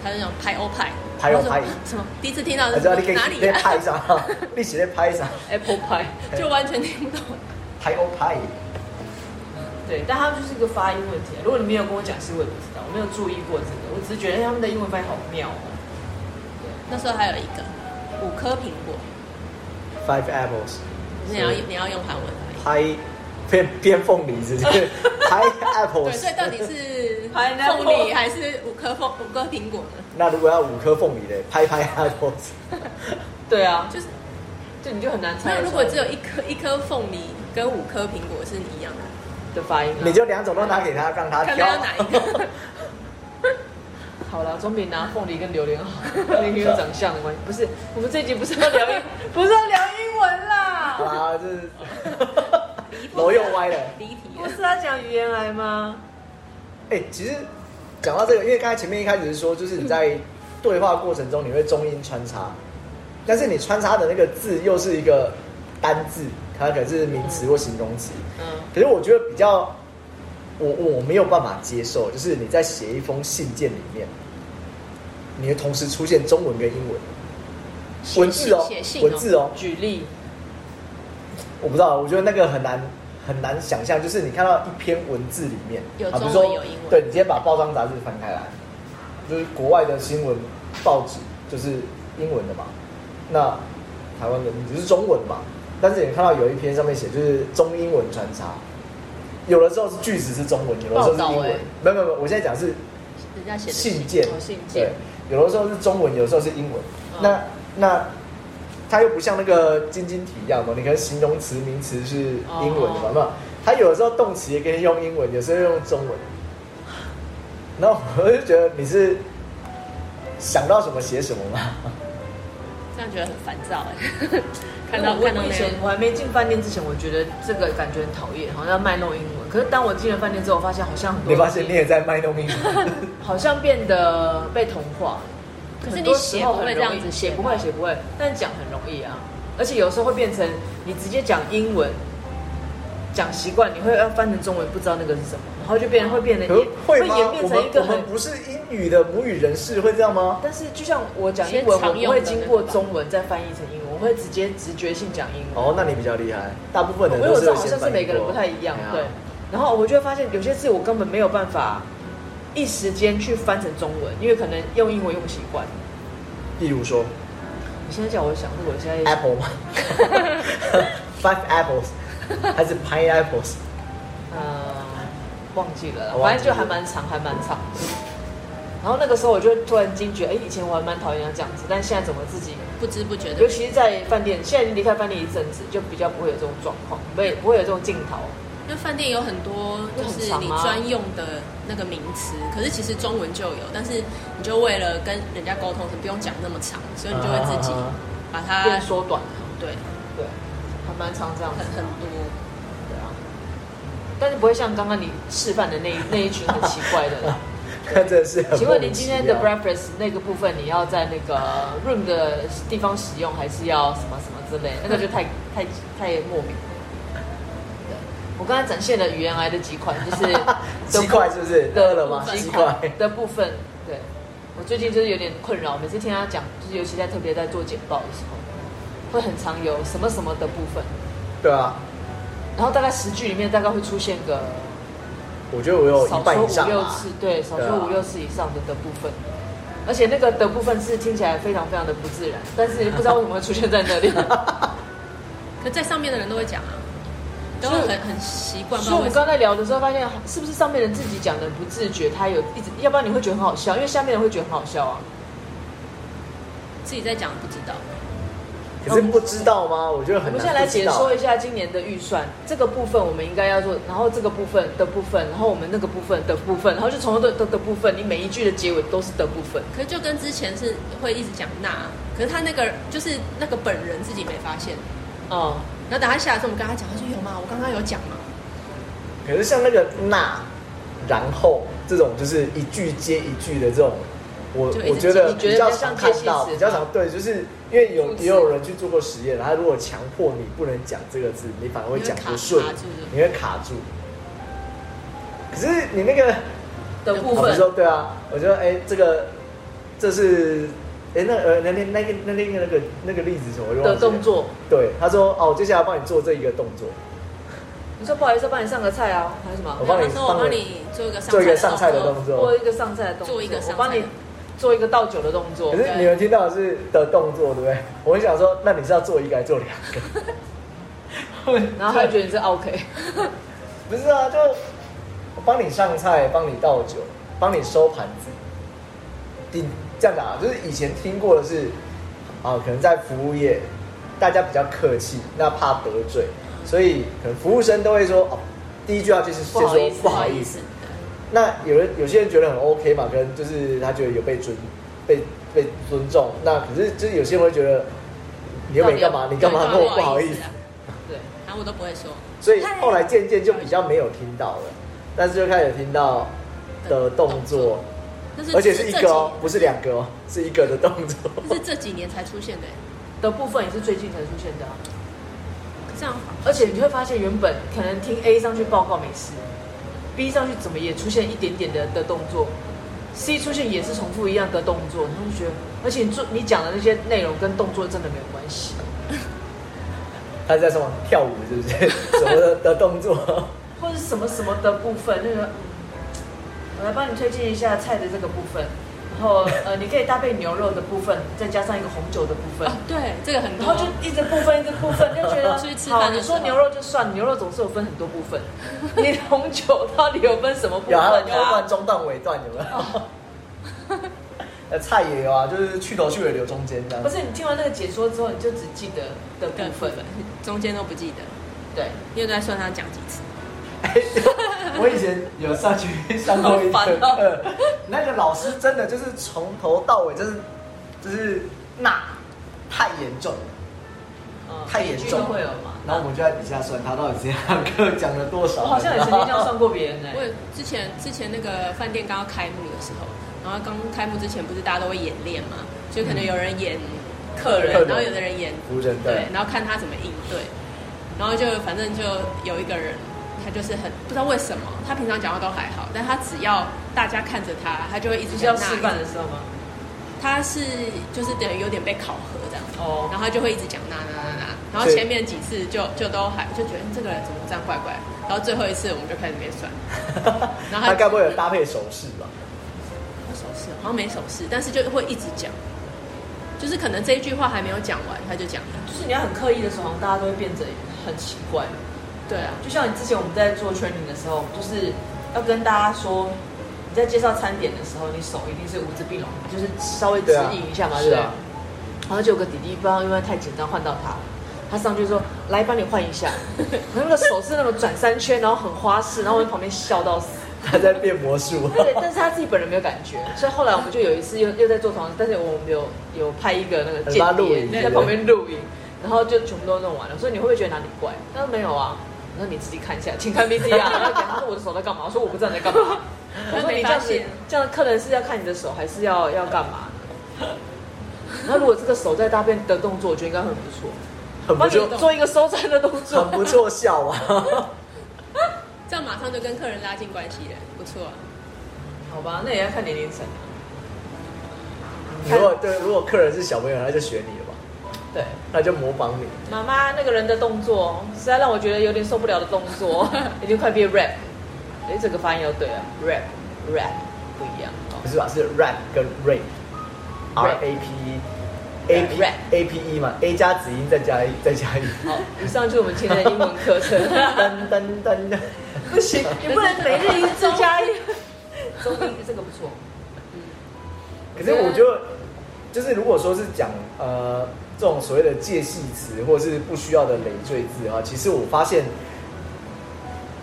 [SPEAKER 1] 他就讲拍欧派，
[SPEAKER 2] 拍欧
[SPEAKER 1] 我说
[SPEAKER 2] 派
[SPEAKER 1] 什么？第一次听到
[SPEAKER 2] 还
[SPEAKER 1] 是
[SPEAKER 2] 知
[SPEAKER 1] 什
[SPEAKER 2] 道
[SPEAKER 1] 么
[SPEAKER 2] 你可以
[SPEAKER 1] 哪里
[SPEAKER 2] 在
[SPEAKER 1] 啊？
[SPEAKER 2] 拍啥？你写在拍啥？
[SPEAKER 4] apple pie，
[SPEAKER 1] 就完全听不懂。
[SPEAKER 2] 拍 o 拍，
[SPEAKER 4] 对，但他们就是一个发音问题啊。如果你没有跟我讲，其实我也不知道，我没有注意过这个，我只是觉得哎他们的英文发音好妙哦。
[SPEAKER 1] 那时候还有一个五颗苹果，
[SPEAKER 2] five apples，
[SPEAKER 1] 你要
[SPEAKER 2] 是
[SPEAKER 1] 你要用韩文而已。
[SPEAKER 2] 拍偏偏凤梨是不是？ 拍 apples，
[SPEAKER 1] 对，所以到底是
[SPEAKER 4] Pineapple
[SPEAKER 1] 凤梨还是五颗凤五颗苹果呢？
[SPEAKER 2] 那如果要五颗凤梨嘞，拍拍 apples，
[SPEAKER 4] 对啊，
[SPEAKER 1] 就是
[SPEAKER 4] 就你就很难猜
[SPEAKER 1] 那
[SPEAKER 4] 得出来。
[SPEAKER 1] 如果只有一颗一颗凤梨跟五颗苹果是一样的，
[SPEAKER 4] 的发音啊，
[SPEAKER 2] 你就两种都拿给他，让他
[SPEAKER 1] 看
[SPEAKER 2] 挑
[SPEAKER 1] 他要。哪一 个。
[SPEAKER 4] 好了，总比拿凤梨跟榴 莲好，那个有长相的关系。不是，我们这集不是要 聊英，不是要聊英文
[SPEAKER 2] 好
[SPEAKER 4] 啦，
[SPEAKER 2] 啦，啊就是楼又歪了。
[SPEAKER 1] 离题
[SPEAKER 4] 不
[SPEAKER 1] 了。
[SPEAKER 4] 是要讲语言来吗？
[SPEAKER 2] 哎、其实讲到这个，因为刚才前面一开始是说，就是你在对话过程中你会中英穿插，但是你穿插的那个字又是一个单字，它可能是名词或形容词。
[SPEAKER 4] 嗯，
[SPEAKER 2] 可是我觉得比较，我我没有办法接受，就是你在写一封信件里面，你会同时出现中文跟英文
[SPEAKER 1] 写
[SPEAKER 2] 文字哦
[SPEAKER 1] 写信，
[SPEAKER 2] 文字哦，
[SPEAKER 4] 举例，
[SPEAKER 2] 我不知道，我觉得那个很难很难想象，就是你看到一篇文字里面
[SPEAKER 1] 有
[SPEAKER 2] 啊，比如
[SPEAKER 1] 中
[SPEAKER 2] 说
[SPEAKER 1] 文有英文
[SPEAKER 2] 对你今天把报章杂志翻开来，就是国外的新闻报纸就是英文的嘛，那台湾的你只是中文嘛，但是你看到有一篇上面写就是中英文穿插，有的时候是句子是中文，有的时候是英
[SPEAKER 4] 报道
[SPEAKER 2] 文，
[SPEAKER 4] 欸
[SPEAKER 2] 没有没有，没有我现在讲是
[SPEAKER 1] 人家写的
[SPEAKER 2] 信件
[SPEAKER 1] 哦，信
[SPEAKER 2] 对
[SPEAKER 1] 件，，
[SPEAKER 2] 有的时候是中文，有的时候是英文。
[SPEAKER 4] 哦
[SPEAKER 1] 嗯
[SPEAKER 2] 那那它又不像那个晶晶体一样嘛，你可能形容词、名词是英文的嘛
[SPEAKER 4] 哦，
[SPEAKER 2] 那、它有的时候动词也可以用英文，有时候用中文。然后我就觉得你是想到什么写什么嘛，
[SPEAKER 1] 这样觉得很烦躁 哎。看
[SPEAKER 4] 因
[SPEAKER 1] 到
[SPEAKER 4] 为
[SPEAKER 1] 看
[SPEAKER 4] 我
[SPEAKER 1] 到
[SPEAKER 4] 我以
[SPEAKER 1] 那
[SPEAKER 4] 前
[SPEAKER 1] 个
[SPEAKER 4] 我还没进饭店之前，我觉得这个感觉很讨厌，好像要卖弄英
[SPEAKER 1] 嗯
[SPEAKER 4] 文。可是当我进了饭店之后，我发现好像很多
[SPEAKER 2] 你发
[SPEAKER 4] 东西，
[SPEAKER 2] 现你也在卖弄英 文。
[SPEAKER 4] 好像变得被同化。
[SPEAKER 1] 可是
[SPEAKER 4] 很
[SPEAKER 1] 你
[SPEAKER 4] 多时
[SPEAKER 1] 写
[SPEAKER 4] 候
[SPEAKER 1] 不会
[SPEAKER 4] 很
[SPEAKER 1] 这
[SPEAKER 4] 容
[SPEAKER 1] 样
[SPEAKER 4] 易
[SPEAKER 1] 子
[SPEAKER 4] 写
[SPEAKER 1] 写
[SPEAKER 4] 不
[SPEAKER 1] 吗
[SPEAKER 4] 会写不会，但讲很容易啊。而且有时候会变成你直接讲英文，讲习惯你会要翻成中文，不知道那个是什么，然后就变会变得
[SPEAKER 2] 可是会吗？
[SPEAKER 4] 演
[SPEAKER 2] 我
[SPEAKER 4] 变
[SPEAKER 2] 们
[SPEAKER 4] 成一
[SPEAKER 2] 我
[SPEAKER 4] 个很
[SPEAKER 2] 们。不是英语的母语人士会这样吗？
[SPEAKER 4] 但是就像我讲英文，
[SPEAKER 1] 先
[SPEAKER 4] 我
[SPEAKER 1] 常
[SPEAKER 4] 不
[SPEAKER 1] 用的
[SPEAKER 4] 会
[SPEAKER 1] 那
[SPEAKER 4] 经
[SPEAKER 1] 个
[SPEAKER 4] 过
[SPEAKER 1] 吧
[SPEAKER 4] 中文再翻译成英文，我会直接直觉性讲英文。
[SPEAKER 2] 哦，那你比较厉害，大部分人
[SPEAKER 4] 我
[SPEAKER 2] 都
[SPEAKER 4] 有
[SPEAKER 2] 是
[SPEAKER 4] 时候
[SPEAKER 2] 会
[SPEAKER 4] 好
[SPEAKER 2] 先
[SPEAKER 4] 像是
[SPEAKER 2] 翻译
[SPEAKER 4] 每个人
[SPEAKER 2] 过
[SPEAKER 4] 不太一样，
[SPEAKER 2] 啊
[SPEAKER 4] 对。然后我就会发现有些字我根本没有办法一时间去翻成中文，因为可能用英文用习惯。
[SPEAKER 2] 例如说
[SPEAKER 4] 你现在叫我想，我现在
[SPEAKER 2] apple 吗？Five apples 还是 pineapples？
[SPEAKER 4] 呃忘记了啦，
[SPEAKER 2] 我忘记了
[SPEAKER 4] 反正就还蛮长，还蛮长。然后那个时候我就突然惊觉，哎，以前我还蛮讨厌他这样子，但现在怎么自己，
[SPEAKER 1] 不知不觉的，
[SPEAKER 4] 尤其是在饭店，现在已经离开饭店一阵子，就比较不会有这种状况，不会不会有这种镜头。
[SPEAKER 1] 因为饭店有很多就是
[SPEAKER 4] 就很
[SPEAKER 1] 你
[SPEAKER 4] 长啊
[SPEAKER 1] 专用的那个名词，可是其实中文就有，但是你就为了跟人家沟通，不用讲那么长，所以你就会自己
[SPEAKER 2] 啊
[SPEAKER 1] 把它
[SPEAKER 4] 变缩短。
[SPEAKER 1] 对。
[SPEAKER 4] 对，还蛮常这样子
[SPEAKER 1] 很，很多，
[SPEAKER 4] 对啊。但是不会像刚刚你示范的 那一那一
[SPEAKER 2] 啊
[SPEAKER 4] 群很奇怪的啦。
[SPEAKER 2] 看真的是很
[SPEAKER 4] 请
[SPEAKER 2] 莫
[SPEAKER 4] 问你
[SPEAKER 2] 名
[SPEAKER 4] 今
[SPEAKER 2] 其
[SPEAKER 4] 天的
[SPEAKER 2] 妙
[SPEAKER 4] breakfast 那个部分，你要在那个 room 的地方使用，还是要什么什么之类？那个就 太太太莫名了。对我刚才展现了语言癌的几款，就是
[SPEAKER 2] 鸡块是不是？
[SPEAKER 4] 的
[SPEAKER 2] 饿了吗？
[SPEAKER 4] 鸡
[SPEAKER 2] 鸡
[SPEAKER 4] 块
[SPEAKER 2] 块。
[SPEAKER 4] 的部分，对我最近就是有点困扰，每次听他讲，就是尤其在特别在做简报的时候，会很常有什么什么的部分，
[SPEAKER 2] 对啊，
[SPEAKER 4] 然后大概十句里面大概会出现个
[SPEAKER 2] 我觉得我有
[SPEAKER 4] 少
[SPEAKER 2] 一半
[SPEAKER 4] 说
[SPEAKER 2] 以
[SPEAKER 4] 五
[SPEAKER 2] 上
[SPEAKER 4] 六
[SPEAKER 2] 吧
[SPEAKER 4] 次，对，少
[SPEAKER 2] 对
[SPEAKER 4] 说
[SPEAKER 2] 啊
[SPEAKER 4] 五六次以上的的部分，而且那个的部分是听起来非常非常的不自然，但是不知道为什么会出现在 那里。
[SPEAKER 1] 可在上面的人都会讲啊，都
[SPEAKER 4] 所以
[SPEAKER 1] 很很习惯。
[SPEAKER 4] 所以我们
[SPEAKER 1] 不知道
[SPEAKER 4] 刚才聊的时候，发现是不是上面人自己讲的不自觉，他有一直，要不然你会觉得很好笑，因为下面人会觉得很好笑啊。
[SPEAKER 1] 为什么自己在讲不知道，
[SPEAKER 2] 可是不知道吗？我觉得
[SPEAKER 4] 我
[SPEAKER 2] 很难不
[SPEAKER 4] 们
[SPEAKER 2] 知道。
[SPEAKER 4] 现在来解说一下今年的预算，这个部分我们应该要做，然后这个部分的部分，然后我们那个部分的部分，然后就从头的的的部分，你每一句的结尾都是的部分。
[SPEAKER 1] 可是就跟之前是会一直讲那，可是他那个就是那个本人自己没发现，
[SPEAKER 4] 嗯，
[SPEAKER 1] 然后等他下来之后，我们跟他讲，他说有吗？我刚刚有讲吗？
[SPEAKER 2] 可是像那个那，然后这种就是一句接一句的这种，我
[SPEAKER 1] 就一直
[SPEAKER 2] 我觉得
[SPEAKER 4] 你觉得
[SPEAKER 2] 比较
[SPEAKER 4] 比较像
[SPEAKER 2] 常看
[SPEAKER 4] 介系
[SPEAKER 2] 到，
[SPEAKER 4] 词
[SPEAKER 2] 比较常对，就是因为有
[SPEAKER 4] 助词
[SPEAKER 2] 也有人去做过实验，他如果强迫你不能讲这个字，你反而会讲不顺
[SPEAKER 1] 你会卡卡住，
[SPEAKER 2] 你会卡住。可是你那个，
[SPEAKER 4] 的部
[SPEAKER 2] 我
[SPEAKER 4] 分
[SPEAKER 2] 说对啊，我觉得哎、这个这是哎、那呃那天那个那天那个那个例子什么我就忘记
[SPEAKER 4] 的
[SPEAKER 2] 了
[SPEAKER 4] 动，作。
[SPEAKER 2] 对，他说哦，我接下来帮你做这一个动作，
[SPEAKER 4] 你说不好意思，帮你上个菜啊，还是什么哎
[SPEAKER 2] 我？帮你
[SPEAKER 1] 他说我
[SPEAKER 2] 帮
[SPEAKER 1] 帮
[SPEAKER 2] 你
[SPEAKER 1] 你做一个上
[SPEAKER 2] 做一个上菜的哦动
[SPEAKER 1] 作，
[SPEAKER 2] 作，
[SPEAKER 4] 做一个上菜的动作，
[SPEAKER 1] 做一个上
[SPEAKER 4] 我帮
[SPEAKER 1] 菜
[SPEAKER 4] 你
[SPEAKER 1] 的
[SPEAKER 4] 做一个倒酒的动作
[SPEAKER 2] 可。是你们听到的是的动作，对不对？我很想说，那你是要做一个还是做两个？
[SPEAKER 4] 然后他就觉得你是 OK，
[SPEAKER 2] 不是啊，就我帮你上菜，帮你倒酒，帮你收盘子。你这样打，就是以前听过的是，啊，可能在服务业，大家比较客气，那怕得罪，所以可能服务生都会说，哦，第一句话就是先
[SPEAKER 4] 不好
[SPEAKER 2] 说
[SPEAKER 4] 意思
[SPEAKER 2] 不好意思。，那有人有些人觉得很 OK 嘛，可能就是他觉得有被尊被被尊重。那可是就是有些人会觉得，你又没干嘛，
[SPEAKER 4] 到底要
[SPEAKER 2] 你干嘛
[SPEAKER 1] 对
[SPEAKER 2] 跟我不好意思
[SPEAKER 1] 啊？
[SPEAKER 4] 对，
[SPEAKER 1] 然后我都不会说，
[SPEAKER 2] 所以后来渐渐就比较没有听到了，但是就开始听到的动作，
[SPEAKER 1] 但是
[SPEAKER 2] 而且是一
[SPEAKER 1] 这
[SPEAKER 2] 个哦，
[SPEAKER 1] 几
[SPEAKER 2] 不是两个哦，是一个的动作。
[SPEAKER 1] 这是这几年才出现的欸，
[SPEAKER 4] 的部分也是最近才出现的啊、
[SPEAKER 1] 这样好
[SPEAKER 4] 而且你会发现，原本可能听 A 上去报告没事，B 上去怎么也出现一点点的的动作，C 出现也是重复一样的动作，然后就觉得，而且你做你讲的那些内容跟动作真的没有关系，
[SPEAKER 2] 他是在说跳舞是不是？ 什么的的动作？
[SPEAKER 4] 或者是什么什么的部分，那个，嗯我来帮你推荐一下菜的这个部分，然后呃，你可以搭配牛肉的部分，再加上一个红酒的部分。
[SPEAKER 1] 啊，对，这个很
[SPEAKER 4] 然
[SPEAKER 1] 多
[SPEAKER 4] 后，就一直部分一直部分，就觉得
[SPEAKER 1] 出去吃饭
[SPEAKER 4] 好
[SPEAKER 1] 的
[SPEAKER 4] 你
[SPEAKER 1] 时候
[SPEAKER 4] 说牛肉就算，牛肉总是有分很多 部分。你红酒到底有分什么部分
[SPEAKER 2] 有啊，
[SPEAKER 4] 啊？
[SPEAKER 2] 头段、中段、尾段有没有？ 呃，菜也有啊，就是去头去尾留中间这样
[SPEAKER 4] 不。是你听完那个解说之后，你就只记得的
[SPEAKER 1] 的
[SPEAKER 4] 部
[SPEAKER 1] 部
[SPEAKER 4] 分
[SPEAKER 1] 分，中间都不记得，
[SPEAKER 4] 对，
[SPEAKER 1] 因为都在算他讲几次，
[SPEAKER 2] 我以前有上去上过一
[SPEAKER 1] 好
[SPEAKER 2] 堂
[SPEAKER 1] 烦 哦
[SPEAKER 2] 课，那个老师真的就是从头到尾就是就是那太严重了，
[SPEAKER 4] 嗯
[SPEAKER 2] 太严重
[SPEAKER 4] 每一句都
[SPEAKER 2] 了
[SPEAKER 4] 会有嘛？
[SPEAKER 2] 然后我们就在底下算他到底这堂课讲了多少。
[SPEAKER 4] 我好像也曾经这样算过别人呢、欸
[SPEAKER 1] 我有之前之前那个饭店刚要开幕的时候，然后刚开幕之前不是大家都会演练嘛，就可能有人演客人
[SPEAKER 2] 客，人
[SPEAKER 1] 然后有的人演
[SPEAKER 2] 服务人
[SPEAKER 1] 对
[SPEAKER 2] 对，，
[SPEAKER 1] 然后看他怎么应对，然后就反正就有一个人，他就是很不知道为什么，他平常讲话都还好，但他只要大家看着他，他就会一直在
[SPEAKER 4] 就是要
[SPEAKER 1] 那
[SPEAKER 4] 示范的时候吗？
[SPEAKER 1] 他是就是等于有点被考核这样子，
[SPEAKER 4] 哦
[SPEAKER 1] 然，后他就会一直讲那那那那，然后
[SPEAKER 2] 对
[SPEAKER 1] 前面几次就就都还就觉得嗯这个人怎么这样怪怪的，然后最后一次我们就开始没算，然后
[SPEAKER 2] 他该不会有搭配手势吧？
[SPEAKER 1] 有手势好像没手势，但是就会一直讲，就是可能这一句话还没有讲完他就讲了，
[SPEAKER 4] 就是你要很刻意的时候，好像大家都会变得很奇怪。
[SPEAKER 1] 对啊，
[SPEAKER 4] 就像你之前我们在做 training 的时候，就是要跟大家说，你在介绍餐点的时候，你手一定是五指并拢，就是稍微指
[SPEAKER 2] 对啊
[SPEAKER 4] 引一下嘛，对
[SPEAKER 2] 是
[SPEAKER 4] 不对
[SPEAKER 2] 啊？
[SPEAKER 4] 然后就有个弟弟不知道因为太紧张换到他，他上去说：“来，帮你换一下。” 然后那个手是那种转三圈，然后很花式，然后我在旁边笑到死。
[SPEAKER 2] 他在变魔术。
[SPEAKER 4] 对，但是他自己本人没有感觉，所以后来我们就有一次又又在做同样的，但是我们有有拍一个那个
[SPEAKER 2] 把它
[SPEAKER 4] 间
[SPEAKER 2] 录
[SPEAKER 4] 谍
[SPEAKER 2] 影
[SPEAKER 4] 在旁边录影，然后就全部都弄完了。所以你会不会觉得哪里怪？他说没有啊，我说你自己看一下，请看 VCR。然 后讲他说我的手在干嘛？我说我不知道你在干嘛。我说你这样子
[SPEAKER 1] 没发现，
[SPEAKER 4] 这样客人是要看你的手，还是要要干嘛？那如果这个手在大便的动作，我觉得应该很不错。
[SPEAKER 2] 很
[SPEAKER 4] 帮
[SPEAKER 2] 不就
[SPEAKER 4] 你做一个收站的动作
[SPEAKER 2] 很，不错笑啊。
[SPEAKER 1] 这样马上就跟客人拉近关系了，不错、啊。
[SPEAKER 4] 好吧？那也要看年龄层啊。
[SPEAKER 2] 如果对，如果客人是小朋友，他就学你了吧，
[SPEAKER 4] 对，
[SPEAKER 2] 他就模仿你。
[SPEAKER 4] 妈妈那个人的动作，实在让我觉得有点受不了的动作， 已经快变 rap。哎，这个发音要对啊，rap rap 不一样哦。
[SPEAKER 2] 不是吧？是 rap 跟 rape，R
[SPEAKER 4] Rap
[SPEAKER 2] A P E，A P
[SPEAKER 4] Rap
[SPEAKER 2] A P E 嘛，A 加子音再加一再加一，
[SPEAKER 4] 好，以上就是我们今天的英文课程。
[SPEAKER 2] 噔噔噔噔，
[SPEAKER 4] 不行， 你不能每日一字加一。中英这个不错，
[SPEAKER 2] 可是我觉得，就是如果说是讲呃这种所谓的介系词或者是不需要的累赘字啊，其实我发现，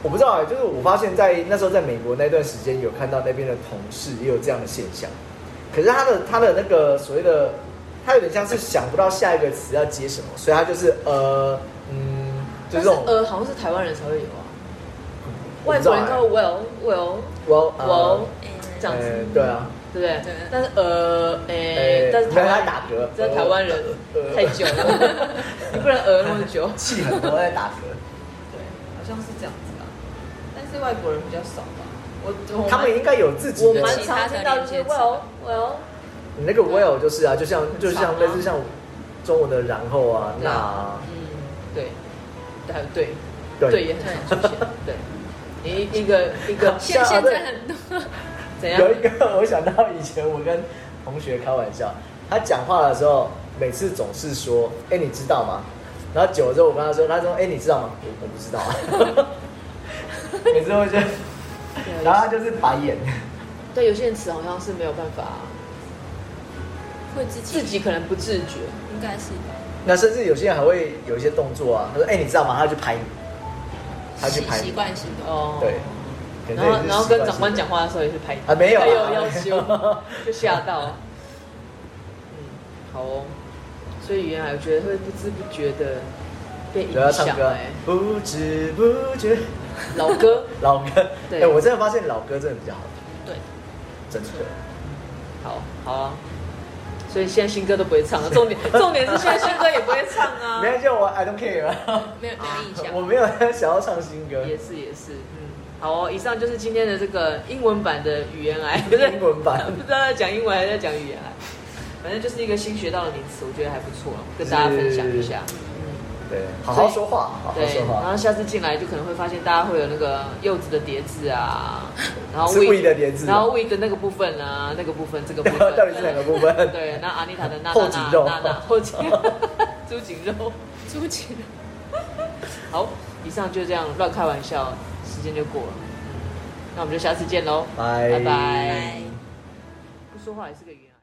[SPEAKER 2] 我不知道啊、就是我发现在那时候在美国那段时间有看到那边的同事也有这样的现象，可是他的他的那个所谓的，他有点像是想不到下一个词要接什么，所以他就是呃嗯，就
[SPEAKER 4] 但
[SPEAKER 2] 这
[SPEAKER 4] 是
[SPEAKER 2] 种
[SPEAKER 4] 呃，好像是台湾人才会有啊，
[SPEAKER 2] 我
[SPEAKER 4] 外
[SPEAKER 2] 不知道欸
[SPEAKER 4] 国人叫 well well
[SPEAKER 2] well 呃
[SPEAKER 4] well 这样子
[SPEAKER 2] 呃，对啊，
[SPEAKER 4] 对不对
[SPEAKER 1] 对？
[SPEAKER 4] 但是呃，哎
[SPEAKER 2] 哎，
[SPEAKER 4] 但是
[SPEAKER 2] 没
[SPEAKER 4] 台
[SPEAKER 2] 有
[SPEAKER 4] 湾
[SPEAKER 2] 他打嗝
[SPEAKER 4] 这台湾人
[SPEAKER 2] 呃呃
[SPEAKER 4] 太 久了，你不能呃那么久。
[SPEAKER 2] 气很多在打嗝，
[SPEAKER 4] 对，好像是这样子啊。但是外国人比较少吧。我我
[SPEAKER 2] 他们应该有自己
[SPEAKER 4] 我
[SPEAKER 2] 的
[SPEAKER 4] 蛮
[SPEAKER 1] 其
[SPEAKER 4] 常
[SPEAKER 1] 他的
[SPEAKER 4] 听到就是
[SPEAKER 1] 连接词
[SPEAKER 4] well well，
[SPEAKER 2] 你那个 well 就是啊，就像就
[SPEAKER 4] 长
[SPEAKER 2] 像
[SPEAKER 4] 啊
[SPEAKER 2] 类似像中文的然后啊、
[SPEAKER 4] 对
[SPEAKER 2] 那
[SPEAKER 4] 啊
[SPEAKER 2] 啊，
[SPEAKER 4] 嗯，对，还有对
[SPEAKER 2] 对
[SPEAKER 4] 也很常出现。对，你一个一个
[SPEAKER 2] 像
[SPEAKER 1] 现
[SPEAKER 2] 啊
[SPEAKER 1] 现
[SPEAKER 2] 对
[SPEAKER 1] 在很多，
[SPEAKER 4] 怎样
[SPEAKER 2] 有？一个我想到以前我跟同学开玩笑，他讲话的时候每次总是说，哎、你知道吗？然后久了之后我跟他说，他说，哎、你知道吗？我我不知道 啊，每次会觉得，然后他就是白眼，
[SPEAKER 4] 对有些人词好像是没有办法，
[SPEAKER 1] 会自己
[SPEAKER 4] 自己可能不自觉。
[SPEAKER 1] 应该是
[SPEAKER 2] 那甚至有些人还会有一些动作啊，他说，哎、你知道吗？他就拍你，他去
[SPEAKER 1] 习
[SPEAKER 2] 拍
[SPEAKER 1] 习
[SPEAKER 2] 你，
[SPEAKER 1] 惯性的。
[SPEAKER 4] 哦，
[SPEAKER 2] 对。可能这也
[SPEAKER 4] 然后
[SPEAKER 2] 是，
[SPEAKER 4] 然后
[SPEAKER 2] 习
[SPEAKER 4] 跟
[SPEAKER 2] 惯
[SPEAKER 4] 长
[SPEAKER 2] 性
[SPEAKER 4] 官
[SPEAKER 2] 的
[SPEAKER 4] 讲话的时候也是拍
[SPEAKER 2] 啊没有啊
[SPEAKER 4] 还有要
[SPEAKER 2] 没
[SPEAKER 4] 求
[SPEAKER 2] 有，
[SPEAKER 4] 就吓到。嗯，好哦。所以原来我觉得会不知不觉的被
[SPEAKER 2] 主要
[SPEAKER 4] 影
[SPEAKER 2] 唱
[SPEAKER 4] 响
[SPEAKER 2] 歌
[SPEAKER 4] 哎，，
[SPEAKER 2] 不知不觉。
[SPEAKER 4] 老歌。
[SPEAKER 2] 老歌，哎、
[SPEAKER 4] 对
[SPEAKER 2] 我真的发现老歌真的比较好听，
[SPEAKER 1] 对，
[SPEAKER 2] 真的。
[SPEAKER 4] 好好啊。所以现在新歌都不会唱了， 重点重点是现在新歌也不会唱啊
[SPEAKER 2] 没。人叫我 I don't care，
[SPEAKER 1] 没有没有印象。
[SPEAKER 2] 啊我没有想要唱新歌，
[SPEAKER 4] 也是也是，嗯，好哦。以上就是今天的这个英文版的语言癌，
[SPEAKER 2] 英文版
[SPEAKER 4] 不知道在讲英文还是在讲语言癌，反正就是一个新学到的名词，我觉得还不错，跟大家分享一下。
[SPEAKER 2] 对，好好说话，好好
[SPEAKER 4] 对啊
[SPEAKER 2] 说，
[SPEAKER 4] 然
[SPEAKER 2] 话。
[SPEAKER 4] 后下次进来就可能会发现大家会有那个柚子的叠字啊， 然后
[SPEAKER 2] 是
[SPEAKER 4] we-
[SPEAKER 2] we 的叠字啊
[SPEAKER 4] 然后 we 的那个部分啊，那个部分这个部分，
[SPEAKER 2] 到底是哪个部分？
[SPEAKER 4] 对，那阿妮 塔的那
[SPEAKER 2] 后
[SPEAKER 4] 那
[SPEAKER 2] 颈
[SPEAKER 4] 那
[SPEAKER 2] 肉
[SPEAKER 4] 那那后颈 猪颈肉。
[SPEAKER 1] 朱姐，
[SPEAKER 4] 好，以上就这样乱开玩笑，时间就过了，嗯那我们就下次见喽，
[SPEAKER 2] 拜
[SPEAKER 4] 拜拜
[SPEAKER 1] 拜。
[SPEAKER 4] 不说话也是个语言。啊